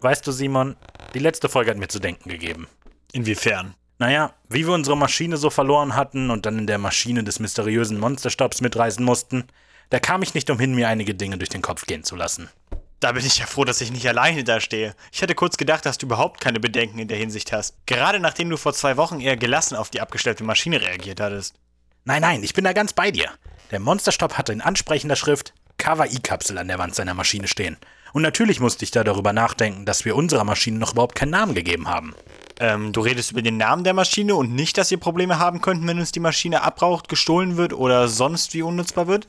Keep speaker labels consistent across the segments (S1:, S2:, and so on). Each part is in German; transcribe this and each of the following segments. S1: Weißt du, Simon, die letzte Folge hat mir zu denken gegeben.
S2: Inwiefern?
S1: Naja, wie wir unsere Maschine so verloren hatten und dann in der Maschine des mysteriösen Monsterstops mitreisen mussten, da kam ich nicht umhin, mir einige Dinge durch den Kopf gehen zu lassen.
S2: Da bin ich ja froh, dass ich nicht alleine da stehe. Ich hatte kurz gedacht, dass du überhaupt keine Bedenken in der Hinsicht hast. Gerade nachdem du vor zwei Wochen eher gelassen auf die abgestellte Maschine reagiert hattest.
S1: Nein, nein, ich bin da ganz bei dir. Der Monsterstopp hatte in ansprechender Schrift Kawaii-Kapsel an der Wand seiner Maschine stehen. Und natürlich musste ich da darüber nachdenken, dass wir unserer Maschine noch überhaupt keinen Namen gegeben haben.
S2: Ähm, du redest über den Namen der Maschine und nicht, dass wir Probleme haben könnten, wenn uns die Maschine abraucht, gestohlen wird oder sonst wie unnutzbar wird?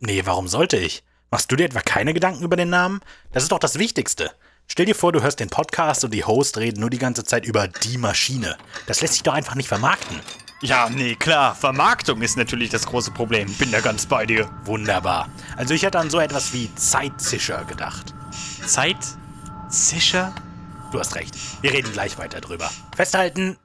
S1: Nee, warum sollte ich? Machst du dir etwa keine Gedanken über den Namen? Das ist doch das Wichtigste. Stell dir vor, du hörst den Podcast und die Host reden nur die ganze Zeit über die Maschine. Das lässt sich doch einfach nicht vermarkten.
S2: Ja, nee, klar. Vermarktung ist natürlich das große Problem. Bin da ganz bei dir.
S1: Wunderbar. Also ich hatte an so etwas wie Zeitzischer gedacht.
S2: Zeit? Zischer?
S1: Du hast recht. Wir reden gleich weiter drüber. Festhalten,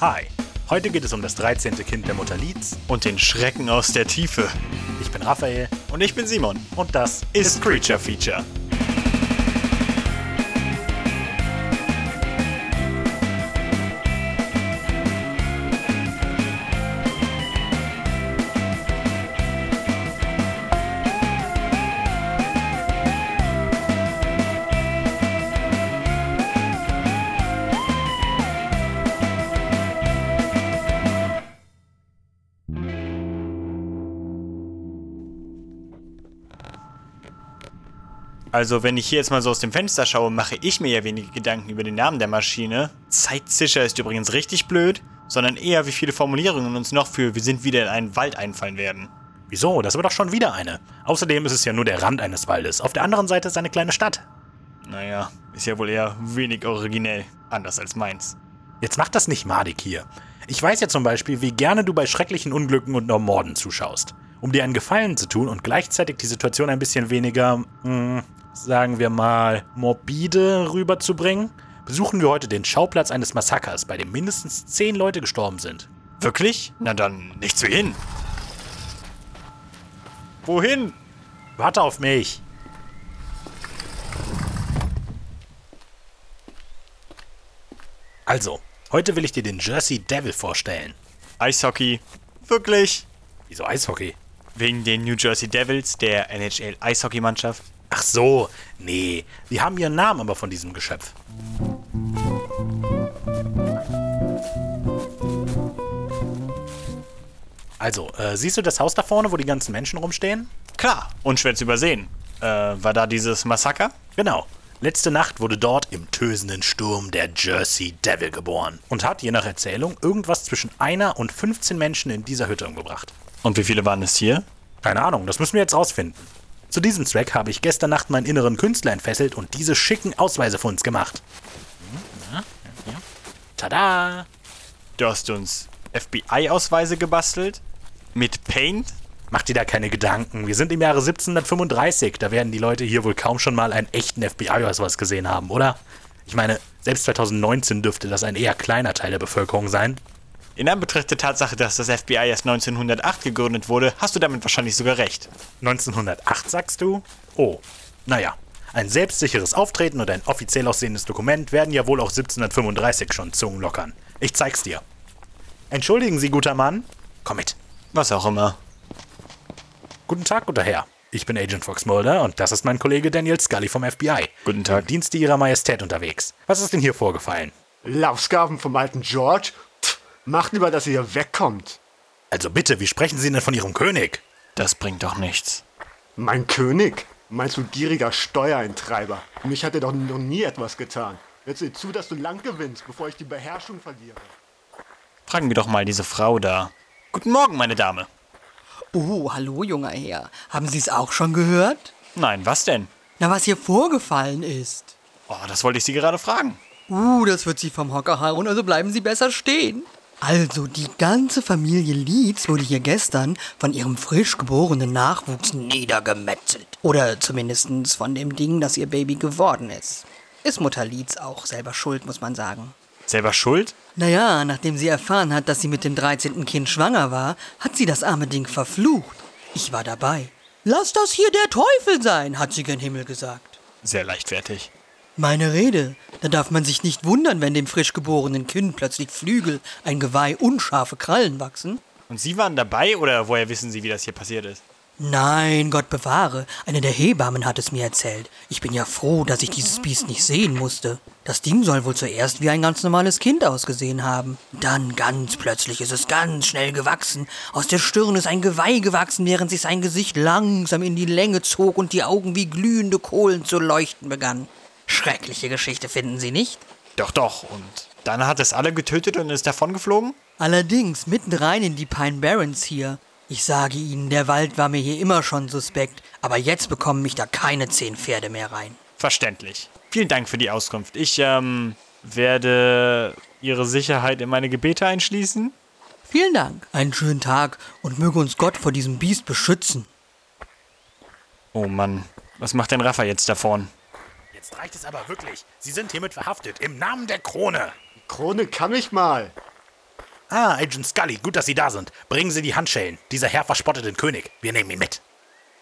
S1: Hi, heute geht es um das 13. Kind der Mutter Leeds.
S2: Und den Schrecken aus der Tiefe.
S1: Ich bin Raphael
S2: Und ich bin Simon.
S1: und das
S2: Ist Creature Feature. Also, wenn ich hier jetzt mal so aus dem Fenster schaue, mache ich mir ja wenige Gedanken über den Namen der Maschine. Zeitzischer ist übrigens richtig blöd, sondern eher wie viele Formulierungen uns noch für wir sind wieder in einen Wald einfallen werden.
S1: Wieso? Das war doch schon wieder eine. Außerdem ist es ja nur der Rand eines Waldes. Auf der anderen Seite ist eine kleine Stadt.
S2: Naja, ist ja wohl eher wenig originell. Anders als meins.
S1: Jetzt mach das nicht madig hier. Ich weiß ja zum Beispiel, wie gerne du bei schrecklichen Unglücken und nur Morden zuschaust. Um dir einen Gefallen zu tun und gleichzeitig die Situation ein bisschen weniger, mh, sagen wir mal, morbide rüberzubringen, besuchen wir heute den Schauplatz eines Massakers, bei dem mindestens zehn Leute gestorben sind.
S2: Wirklich? Na dann, nichts wie hin. Wohin?
S1: Warte auf mich. Also, heute will ich dir den Jersey Devil vorstellen.
S2: Eishockey. Wirklich?
S1: Wieso Eishockey?
S2: Wegen den New Jersey Devils, der NHL Eishockeymannschaft.
S1: Ach so, nee, die haben ihren Namen aber von diesem Geschöpf. Also, äh, siehst du das Haus da vorne, wo die ganzen Menschen rumstehen?
S2: Klar, unschwer zu übersehen. Äh, war da dieses Massaker?
S1: Genau. Letzte Nacht wurde dort im tösenden Sturm der Jersey Devil geboren und hat, je nach Erzählung, irgendwas zwischen einer und 15 Menschen in dieser Hütte umgebracht.
S2: Und wie viele waren es hier?
S1: Keine Ahnung, das müssen wir jetzt rausfinden. Zu diesem Zweck habe ich gestern Nacht meinen inneren Künstler entfesselt und diese schicken Ausweise für uns gemacht. Tada!
S2: Du hast uns FBI-Ausweise gebastelt? Mit Paint?
S1: Mach dir da keine Gedanken. Wir sind im Jahre 1735. Da werden die Leute hier wohl kaum schon mal einen echten FBI-Ausweis gesehen haben, oder? Ich meine, selbst 2019 dürfte das ein eher kleiner Teil der Bevölkerung sein.
S2: In Anbetracht der Tatsache, dass das FBI erst 1908 gegründet wurde, hast du damit wahrscheinlich sogar recht.
S1: 1908 sagst du? Oh, naja. Ein selbstsicheres Auftreten und ein offiziell aussehendes Dokument werden ja wohl auch 1735 schon Zungen lockern. Ich zeig's dir. Entschuldigen Sie, guter Mann. Komm mit.
S2: Was auch immer.
S1: Guten Tag, guter Herr. Ich bin Agent Fox Mulder und das ist mein Kollege Daniel Scully vom FBI.
S2: Guten Tag.
S1: Im Dienste Ihrer Majestät unterwegs. Was ist denn hier vorgefallen?
S3: Lausgaben vom alten George. Pff, macht lieber, dass ihr hier wegkommt.
S1: Also bitte, wie sprechen Sie denn von Ihrem König?
S2: Das bringt doch nichts.
S3: Mein König? Meinst du gieriger Steuereintreiber? Mich hat er doch noch nie etwas getan. Jetzt seht zu, dass du Land gewinnst, bevor ich die Beherrschung verliere.
S2: Fragen wir doch mal diese Frau da. Guten Morgen, meine Dame.
S4: Oh, hallo, junger Herr. Haben Sie es auch schon gehört?
S2: Nein, was denn?
S4: Na, was hier vorgefallen ist.
S2: Oh, das wollte ich Sie gerade fragen.
S4: Uh, das wird Sie vom Hocker hauen, also bleiben Sie besser stehen. Also, die ganze Familie Leeds wurde hier gestern von ihrem frisch geborenen Nachwuchs niedergemetzelt. Oder zumindest von dem Ding, das ihr Baby geworden ist. Ist Mutter Leeds auch selber schuld, muss man sagen.
S2: Selber schuld?
S4: Naja, nachdem sie erfahren hat, dass sie mit dem 13. Kind schwanger war, hat sie das arme Ding verflucht. Ich war dabei. Lass das hier der Teufel sein, hat sie gen Himmel gesagt.
S2: Sehr leichtfertig.
S4: Meine Rede, da darf man sich nicht wundern, wenn dem frisch geborenen Kind plötzlich Flügel, ein Geweih und scharfe Krallen wachsen.
S2: Und Sie waren dabei oder woher wissen Sie, wie das hier passiert ist?
S4: Nein, Gott bewahre, eine der Hebammen hat es mir erzählt. Ich bin ja froh, dass ich dieses Biest nicht sehen musste. Das Ding soll wohl zuerst wie ein ganz normales Kind ausgesehen haben. Dann ganz plötzlich ist es ganz schnell gewachsen. Aus der Stirn ist ein Geweih gewachsen, während sich sein Gesicht langsam in die Länge zog und die Augen wie glühende Kohlen zu leuchten begannen. Schreckliche Geschichte finden Sie nicht?
S2: Doch, doch. Und dann hat es alle getötet und ist davongeflogen?
S4: Allerdings mitten rein in die Pine Barrens hier. Ich sage Ihnen, der Wald war mir hier immer schon suspekt, aber jetzt bekommen mich da keine zehn Pferde mehr rein.
S2: Verständlich. Vielen Dank für die Auskunft. Ich, ähm, werde Ihre Sicherheit in meine Gebete einschließen.
S4: Vielen Dank. Einen schönen Tag und möge uns Gott vor diesem Biest beschützen.
S2: Oh Mann, was macht denn Rafa jetzt da vorn?
S1: Jetzt reicht es aber wirklich. Sie sind hiermit verhaftet. Im Namen der Krone.
S3: Krone kann ich mal.
S1: Ah, Agent Scully, gut, dass Sie da sind. Bringen Sie die Handschellen. Dieser Herr verspottet den König. Wir nehmen ihn mit.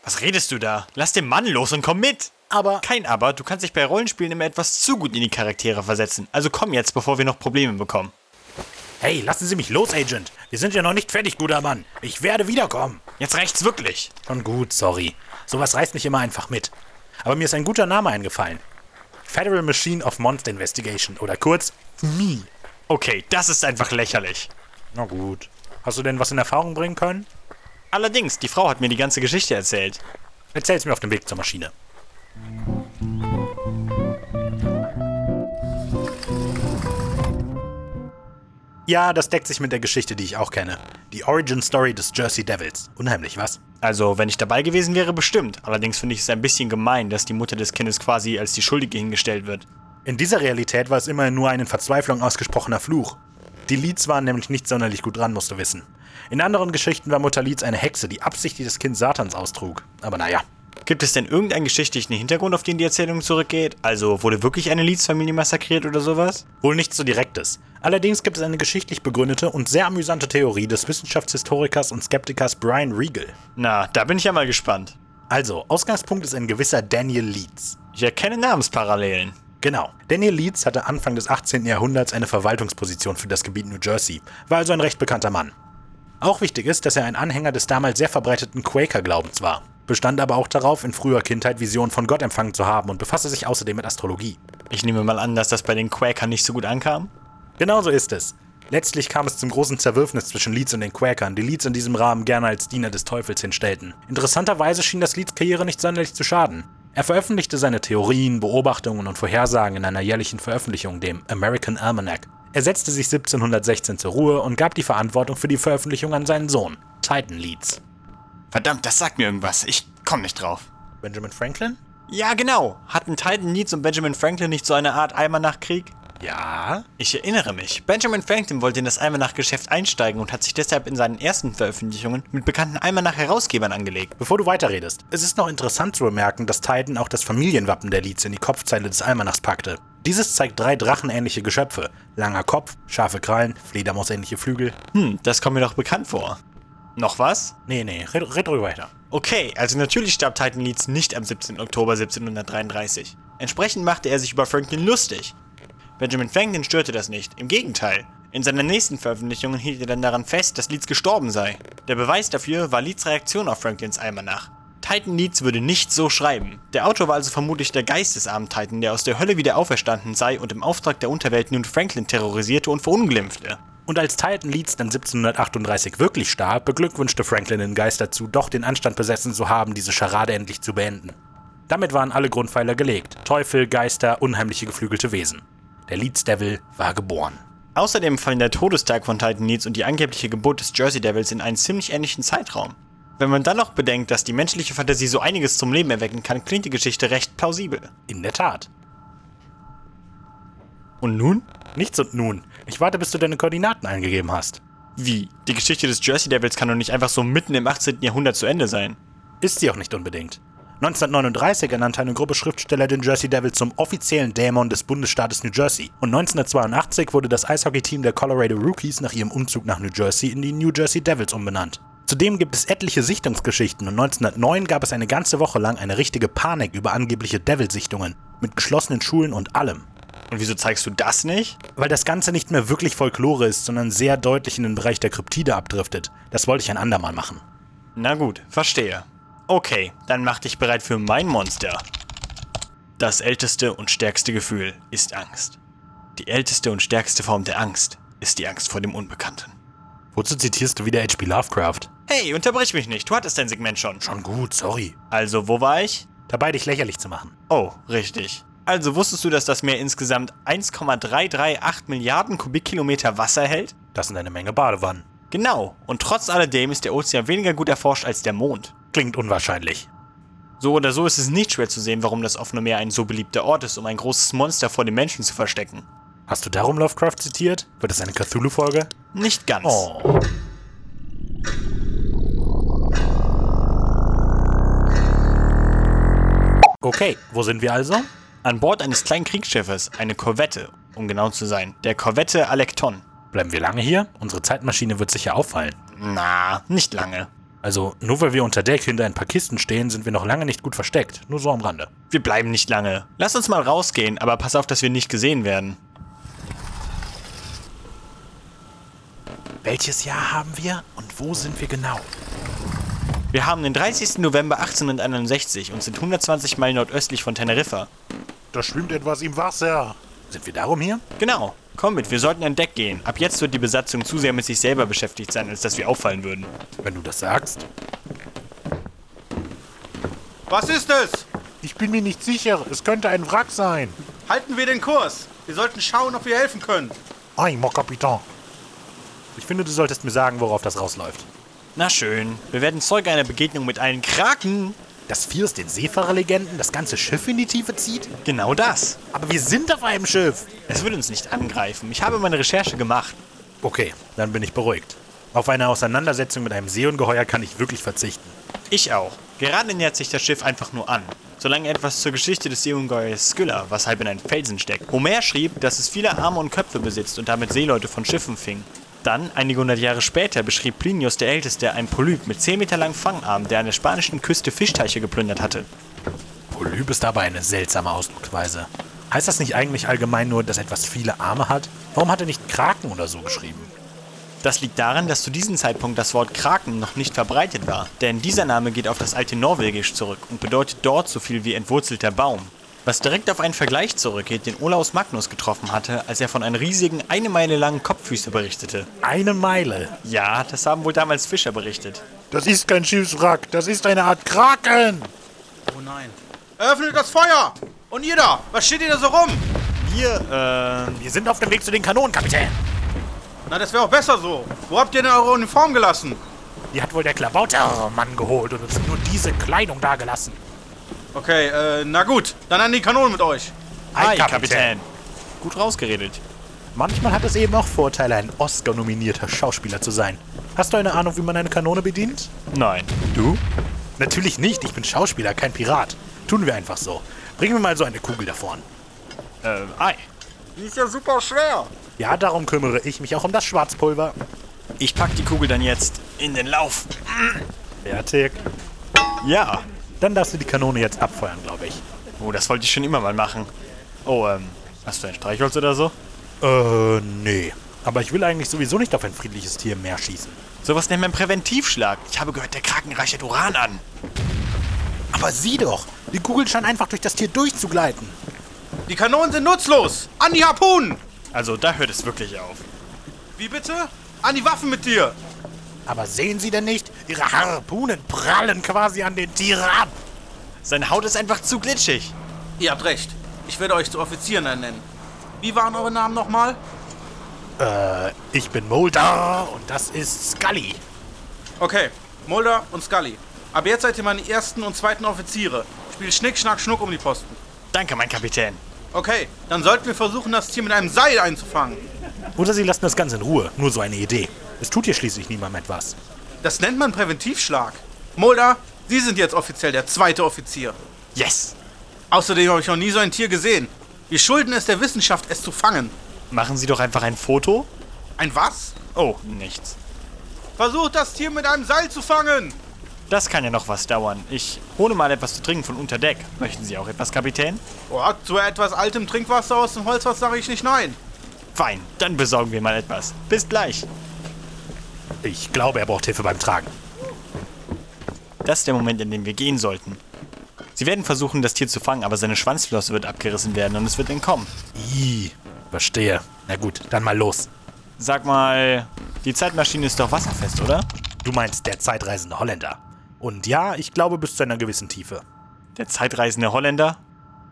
S2: Was redest du da? Lass den Mann los und komm mit!
S1: Aber
S2: Kein Aber, du kannst dich bei Rollenspielen immer etwas zu gut in die Charaktere versetzen. Also komm jetzt, bevor wir noch Probleme bekommen.
S1: hey, lassen Sie mich los, Agent. Wir sind ja noch nicht fertig, guter Mann. Ich werde wiederkommen.
S2: Jetzt reicht's wirklich.
S1: Schon gut, sorry. Sowas reißt mich immer einfach mit. Aber mir ist ein guter Name eingefallen. Federal Machine of Monster Investigation oder kurz ME.
S2: Okay, das ist einfach lächerlich.
S1: Na gut. Hast du denn was in Erfahrung bringen können?
S2: Allerdings, die Frau hat mir die ganze Geschichte erzählt.
S1: Erzähl's mir auf dem Weg zur Maschine. Ja, das deckt sich mit der Geschichte, die ich auch kenne. Die Origin Story des Jersey Devils. Unheimlich, was?
S2: Also, wenn ich dabei gewesen wäre, bestimmt. Allerdings finde ich es ein bisschen gemein, dass die Mutter des Kindes quasi als die Schuldige hingestellt wird.
S1: In dieser Realität war es immerhin nur ein in Verzweiflung ausgesprochener Fluch. Die Leeds waren nämlich nicht sonderlich gut dran, musst du wissen. In anderen Geschichten war Mutter Leeds eine Hexe, die absichtlich das Kind Satans austrug. Aber naja.
S2: Gibt es denn irgendeinen geschichtlichen Hintergrund, auf den die Erzählung zurückgeht? Also, wurde wirklich eine Leeds-Familie massakriert oder sowas?
S1: Wohl nichts so direktes. Allerdings gibt es eine geschichtlich begründete und sehr amüsante Theorie des Wissenschaftshistorikers und Skeptikers Brian Regal.
S2: Na, da bin ich ja mal gespannt.
S1: Also, Ausgangspunkt ist ein gewisser Daniel Leeds.
S2: Ich erkenne Namensparallelen.
S1: Genau. Daniel Leeds hatte Anfang des 18. Jahrhunderts eine Verwaltungsposition für das Gebiet New Jersey, war also ein recht bekannter Mann. Auch wichtig ist, dass er ein Anhänger des damals sehr verbreiteten Quaker-Glaubens war, bestand aber auch darauf, in früher Kindheit Visionen von Gott empfangen zu haben und befasste sich außerdem mit Astrologie.
S2: Ich nehme mal an, dass das bei den Quakern nicht so gut ankam.
S1: Genauso Genau ist es. Letztlich kam es zum großen Zerwürfnis zwischen Leeds und den Quäkern, die Leeds in diesem Rahmen gerne als Diener des Teufels hinstellten. Interessanterweise schien das Leeds Karriere nicht sonderlich zu schaden. Er veröffentlichte seine Theorien, Beobachtungen und Vorhersagen in einer jährlichen Veröffentlichung, dem American Almanac. Er setzte sich 1716 zur Ruhe und gab die Verantwortung für die Veröffentlichung an seinen Sohn, Titan Leeds.
S2: Verdammt, das sagt mir irgendwas. Ich komme nicht drauf.
S1: Benjamin Franklin?
S2: Ja, genau. Hatten Titan Leeds und Benjamin Franklin nicht so eine Art Almanachkrieg?
S1: Ja.
S2: Ich erinnere mich. Benjamin Franklin wollte in das Almanachgeschäft einsteigen und hat sich deshalb in seinen ersten Veröffentlichungen mit bekannten Almanach-Herausgebern angelegt.
S1: Bevor du weiterredest, es ist noch interessant zu bemerken, dass Titan auch das Familienwappen der Leeds in die Kopfzeile des Almanachs packte. Dieses zeigt drei drachenähnliche Geschöpfe: langer Kopf, scharfe Krallen, Fledermausähnliche Flügel.
S2: Hm, das kommt mir doch bekannt vor. Noch was?
S1: Nee, nee, red, red drüber weiter.
S2: Okay, also natürlich starb Titan Leeds nicht am 17. Oktober 1733. Entsprechend machte er sich über Franklin lustig. Benjamin Franklin störte das nicht, im Gegenteil. In seiner nächsten Veröffentlichung hielt er dann daran fest, dass Leeds gestorben sei. Der Beweis dafür war Leeds Reaktion auf Franklins Almanach. Titan Leeds würde nicht so schreiben. Der Autor war also vermutlich der Geist des armen Titan, der aus der Hölle wieder auferstanden sei und im Auftrag der Unterwelt nun Franklin terrorisierte und verunglimpfte.
S1: Und als Titan Leeds dann 1738 wirklich starb, beglückwünschte Franklin den Geist dazu, doch den Anstand besessen zu haben, diese Scharade endlich zu beenden. Damit waren alle Grundpfeiler gelegt: Teufel, Geister, unheimliche geflügelte Wesen. Der Leeds Devil war geboren.
S2: Außerdem fallen der Todestag von Titan Needs und die angebliche Geburt des Jersey Devils in einen ziemlich ähnlichen Zeitraum. Wenn man dann noch bedenkt, dass die menschliche Fantasie so einiges zum Leben erwecken kann, klingt die Geschichte recht plausibel.
S1: In der Tat.
S2: Und nun?
S1: Nichts und nun. Ich warte, bis du deine Koordinaten eingegeben hast.
S2: Wie? Die Geschichte des Jersey Devils kann doch nicht einfach so mitten im 18. Jahrhundert zu Ende sein.
S1: Ist sie auch nicht unbedingt. 1939 ernannte eine Gruppe Schriftsteller den Jersey Devil zum offiziellen Dämon des Bundesstaates New Jersey. Und 1982 wurde das Eishockey-Team der Colorado Rookies nach ihrem Umzug nach New Jersey in die New Jersey Devils umbenannt. Zudem gibt es etliche Sichtungsgeschichten und 1909 gab es eine ganze Woche lang eine richtige Panik über angebliche Devil-Sichtungen mit geschlossenen Schulen und allem.
S2: Und wieso zeigst du das nicht?
S1: Weil das Ganze nicht mehr wirklich Folklore ist, sondern sehr deutlich in den Bereich der Kryptide abdriftet. Das wollte ich ein andermal machen.
S2: Na gut, verstehe. Okay, dann mach dich bereit für mein Monster. Das älteste und stärkste Gefühl ist Angst. Die älteste und stärkste Form der Angst ist die Angst vor dem Unbekannten.
S1: Wozu zitierst du wieder H.P. Lovecraft?
S2: Hey, unterbrich mich nicht, du hattest dein Segment schon.
S1: Schon gut, sorry.
S2: Also, wo war ich?
S1: Dabei dich lächerlich zu machen.
S2: Oh, richtig. Also wusstest du, dass das Meer insgesamt 1,338 Milliarden Kubikkilometer Wasser hält?
S1: Das sind eine Menge Badewannen.
S2: Genau, und trotz alledem ist der Ozean weniger gut erforscht als der Mond.
S1: Klingt unwahrscheinlich.
S2: So oder so ist es nicht schwer zu sehen, warum das offene Meer ein so beliebter Ort ist, um ein großes Monster vor den Menschen zu verstecken.
S1: Hast du darum Lovecraft zitiert? Wird das eine Cthulhu-Folge?
S2: Nicht ganz.
S1: Oh. Okay, wo sind wir also?
S2: An Bord eines kleinen Kriegsschiffes, eine Korvette, um genau zu sein, der Korvette Alekton.
S1: Bleiben wir lange hier? Unsere Zeitmaschine wird sicher auffallen.
S2: Na, nicht lange.
S1: Also, nur weil wir unter Deck hinter ein paar Kisten stehen, sind wir noch lange nicht gut versteckt. Nur so am Rande.
S2: Wir bleiben nicht lange. Lass uns mal rausgehen, aber pass auf, dass wir nicht gesehen werden.
S1: Welches Jahr haben wir und wo sind wir genau?
S2: Wir haben den 30. November 1861 und sind 120 Meilen nordöstlich von Teneriffa.
S5: Da schwimmt etwas im Wasser.
S1: Sind wir darum hier?
S2: Genau. Komm mit, wir sollten an Deck gehen. Ab jetzt wird die Besatzung zu sehr mit sich selber beschäftigt sein, als dass wir auffallen würden.
S1: Wenn du das sagst.
S6: Was ist es?
S5: Ich bin mir nicht sicher. Es könnte ein Wrack sein.
S6: Halten wir den Kurs. Wir sollten schauen, ob wir helfen können.
S5: Ei, mon Kapitän.
S1: Ich finde, du solltest mir sagen, worauf das rausläuft.
S2: Na schön, wir werden Zeuge einer Begegnung mit allen Kraken.
S1: Dass Fierce den Seefahrerlegenden das ganze Schiff in die Tiefe zieht?
S2: Genau das.
S1: Aber wir sind auf einem Schiff.
S2: Es wird uns nicht angreifen. Ich habe meine Recherche gemacht.
S1: Okay, dann bin ich beruhigt. Auf eine Auseinandersetzung mit einem Seeungeheuer kann ich wirklich verzichten.
S2: Ich auch. Gerade nähert sich das Schiff einfach nur an. Solange etwas zur Geschichte des Seeungeheuers Skylla, was halb in einen Felsen steckt. Homer schrieb, dass es viele Arme und Köpfe besitzt und damit Seeleute von Schiffen fing. Dann, einige hundert Jahre später, beschrieb Plinius der Älteste einen Polyp mit 10 Meter langen Fangarm, der an der spanischen Küste Fischteiche geplündert hatte.
S1: Polyp ist aber eine seltsame Ausdrucksweise. Heißt das nicht eigentlich allgemein nur, dass etwas viele Arme hat? Warum hat er nicht Kraken oder so geschrieben?
S2: Das liegt daran, dass zu diesem Zeitpunkt das Wort Kraken noch nicht verbreitet war, denn dieser Name geht auf das alte Norwegisch zurück und bedeutet dort so viel wie entwurzelter Baum. Was direkt auf einen Vergleich zurückgeht, den Olaus Magnus getroffen hatte, als er von einem riesigen, eine Meile langen Kopffüßer berichtete.
S1: Eine Meile.
S2: Ja, das haben wohl damals Fischer berichtet.
S5: Das ist kein Schiffswrack. Das ist eine Art Kraken.
S6: Oh nein. Eröffnet das Feuer! Und ihr da, was steht ihr da so rum?
S2: Wir, äh,
S1: Wir sind auf dem Weg zu den Kanonen, Kapitän.
S6: Na, das wäre auch besser so. Wo habt ihr denn eure Uniform gelassen?
S1: Die hat wohl der Klabautermann geholt und uns nur diese Kleidung dagelassen.
S6: Okay, äh, na gut. Dann an die Kanonen mit euch.
S2: hi, Kapitän. Gut rausgeredet.
S1: Manchmal hat es eben auch Vorteile, ein Oscar-nominierter Schauspieler zu sein. Hast du eine Ahnung, wie man eine Kanone bedient?
S2: Nein.
S1: Du? Natürlich nicht, ich bin Schauspieler, kein Pirat. Tun wir einfach so. Bringen wir mal so eine Kugel davon.
S2: Äh, ei.
S6: Die ist ja super schwer.
S1: Ja, darum kümmere ich mich auch um das Schwarzpulver.
S2: Ich pack die Kugel dann jetzt in den Lauf.
S1: Fertig.
S2: Ja.
S1: Dann darfst du die Kanone jetzt abfeuern, glaube ich.
S2: Oh, das wollte ich schon immer mal machen. Oh, ähm, hast du ein Streichholz oder so?
S1: Äh, nee. Aber ich will eigentlich sowieso nicht auf ein friedliches Tier mehr schießen.
S2: Sowas nennt man Präventivschlag. Ich habe gehört, der Kraken reichert Uran an.
S1: Aber sieh doch, die Kugel scheint einfach durch das Tier durchzugleiten.
S6: Die Kanonen sind nutzlos. An die Harpunen.
S2: Also, da hört es wirklich auf.
S6: Wie bitte? An die Waffen mit dir.
S1: Aber sehen Sie denn nicht, Ihre Harpunen prallen quasi an den Tieren ab.
S2: Seine Haut ist einfach zu glitschig.
S6: Ihr habt recht. Ich werde euch zu Offizieren ernennen. Wie waren eure Namen nochmal?
S1: Ich bin Mulder und das ist Scully.
S6: Okay, Mulder und Scully. Aber jetzt seid ihr meine ersten und zweiten Offiziere. Spielt Schnick, Schnack, Schnuck um die Posten.
S2: Danke, mein Kapitän.
S6: Okay, dann sollten wir versuchen, das Tier mit einem Seil einzufangen.
S1: Oder sie lassen das Ganze Also in Ruhe. Nur so eine Idee. Es tut hier schließlich niemandem etwas.
S6: Das nennt man Präventivschlag. Mulder, Sie sind jetzt offiziell der zweite Offizier.
S2: Yes!
S6: Außerdem habe ich noch nie so ein Tier gesehen. Wir schulden es der Wissenschaft, es zu fangen.
S2: Machen Sie doch einfach ein Foto.
S6: Ein was?
S2: Oh, nichts.
S6: Versucht das Tier mit einem Seil zu fangen!
S2: Das kann ja noch was dauern. Ich hole mal etwas zu trinken von unter Deck. Möchten Sie auch etwas, Kapitän?
S6: Boah, zu Oh, etwas altem Trinkwasser aus dem Holzfass sage ich nicht nein.
S2: Fein, dann besorgen wir mal etwas. Bis gleich.
S1: Ich glaube, er braucht Hilfe beim Tragen.
S2: Das ist der Moment, in dem wir gehen sollten. Sie werden versuchen, das Tier zu fangen, aber seine Schwanzflosse wird abgerissen werden und es wird entkommen.
S1: Ih, verstehe. Na gut, dann mal los.
S2: Sag mal, die Zeitmaschine ist doch wasserfest, oder?
S1: Du meinst der zeitreisende Holländer. Und ja, ich glaube bis zu einer gewissen Tiefe.
S2: Der zeitreisende Holländer?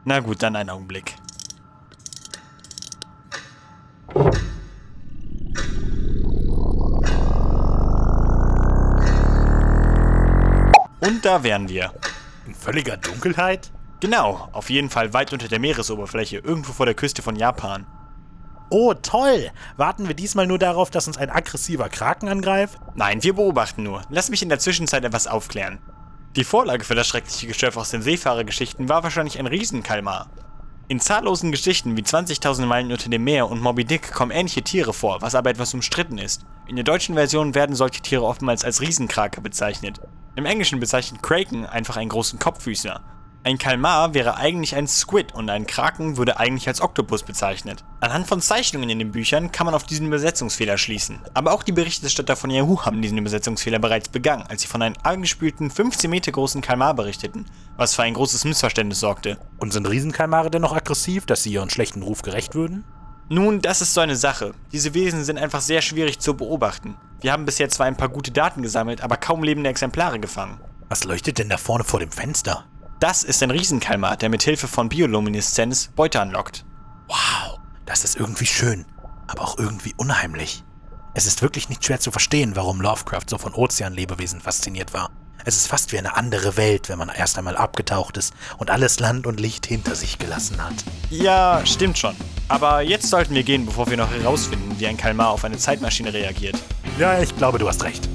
S2: Na gut, dann einen Augenblick. Und da wären wir.
S1: In völliger Dunkelheit?
S2: Genau, auf jeden Fall weit unter der Meeresoberfläche, irgendwo vor der Küste von Japan.
S1: Oh, toll! Warten wir diesmal nur darauf, dass uns ein aggressiver Kraken angreift?
S2: Nein, wir beobachten nur. Lass mich in der Zwischenzeit etwas aufklären. Die Vorlage für das schreckliche Geschöpf aus den Seefahrergeschichten war wahrscheinlich ein Riesenkalmar. In zahllosen Geschichten wie 20.000 Meilen unter dem Meer und Moby Dick kommen ähnliche Tiere vor, was aber etwas umstritten ist. In der deutschen Version werden solche Tiere oftmals als Riesenkrake bezeichnet. Im Englischen bezeichnet Kraken einfach einen großen Kopffüßer. Ein Kalmar wäre eigentlich ein Squid und ein Kraken würde eigentlich als Oktopus bezeichnet. Anhand von Zeichnungen in den Büchern kann man auf diesen Übersetzungsfehler schließen. Aber auch die Berichterstatter von Yahoo haben diesen Übersetzungsfehler bereits begangen, als sie von einem angespülten 15 Meter großen Kalmar berichteten, was für ein großes Missverständnis sorgte.
S1: Und sind Riesenkalmare denn noch aggressiv, dass sie ihren schlechten Ruf gerecht würden?
S2: Nun, das ist so eine Sache. Diese Wesen sind einfach sehr schwierig zu beobachten. Wir haben bisher zwar ein paar gute Daten gesammelt, aber kaum lebende Exemplare gefangen.
S1: Was leuchtet denn da vorne vor dem Fenster?
S2: Das ist ein Riesenkalmar, der mit Hilfe von Biolumineszenz Beute anlockt.
S1: Wow, das ist irgendwie schön, aber auch irgendwie unheimlich. Es ist wirklich nicht schwer zu verstehen, warum Lovecraft so von Ozeanlebewesen fasziniert war. Es ist fast wie eine andere Welt, wenn man erst einmal abgetaucht ist und alles Land und Licht hinter sich gelassen hat.
S2: Ja, stimmt schon. Aber jetzt sollten wir gehen, bevor wir noch herausfinden, wie ein Kalmar auf eine Zeitmaschine reagiert.
S1: Ja, ich glaube, du hast recht.